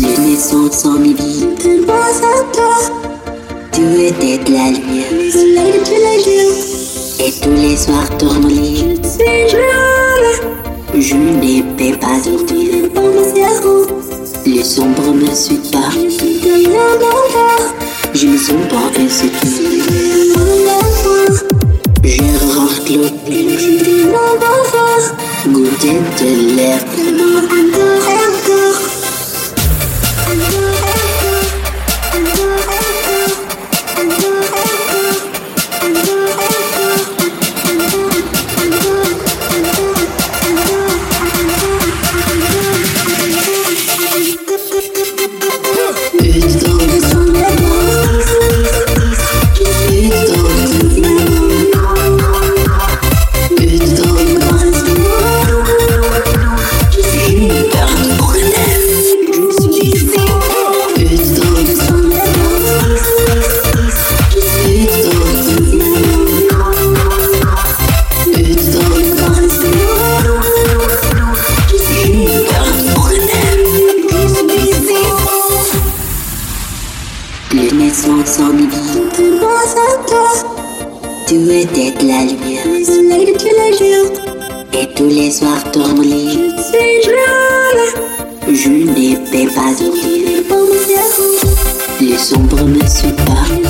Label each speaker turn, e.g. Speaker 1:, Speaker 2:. Speaker 1: descendre sans débit.
Speaker 2: De moi à toi,
Speaker 1: Tu étais de la lumière.
Speaker 2: le soleil de la guerre.
Speaker 1: Et tous les soirs tourmentés,
Speaker 2: Je te suis jeune,
Speaker 1: je n'aimais pas dormir.
Speaker 2: il est bon mon cerveau.
Speaker 1: Le sombre me suit pas.
Speaker 2: Je suis comme un enfant,
Speaker 1: Je me sens pas insécure.
Speaker 2: je suis mon enfant.
Speaker 1: Je rentre l'autre,
Speaker 2: Je suis mon enfant,
Speaker 1: goûter de l'air.
Speaker 2: tellement encore, encore. Encore, encore, encore, encore, encore, encore, encore, encore, encore, encore.
Speaker 1: Une danse, une danse, une danse. Je me perds dans
Speaker 2: Thank
Speaker 1: le Une danse, une danse, une danse. Je me perds dans le Les maisons sans débit, tu étais de la lumière. Et tous les soirs tourmentés, je n'ai pas dormi.
Speaker 2: you.
Speaker 1: Le sombre me suit pas.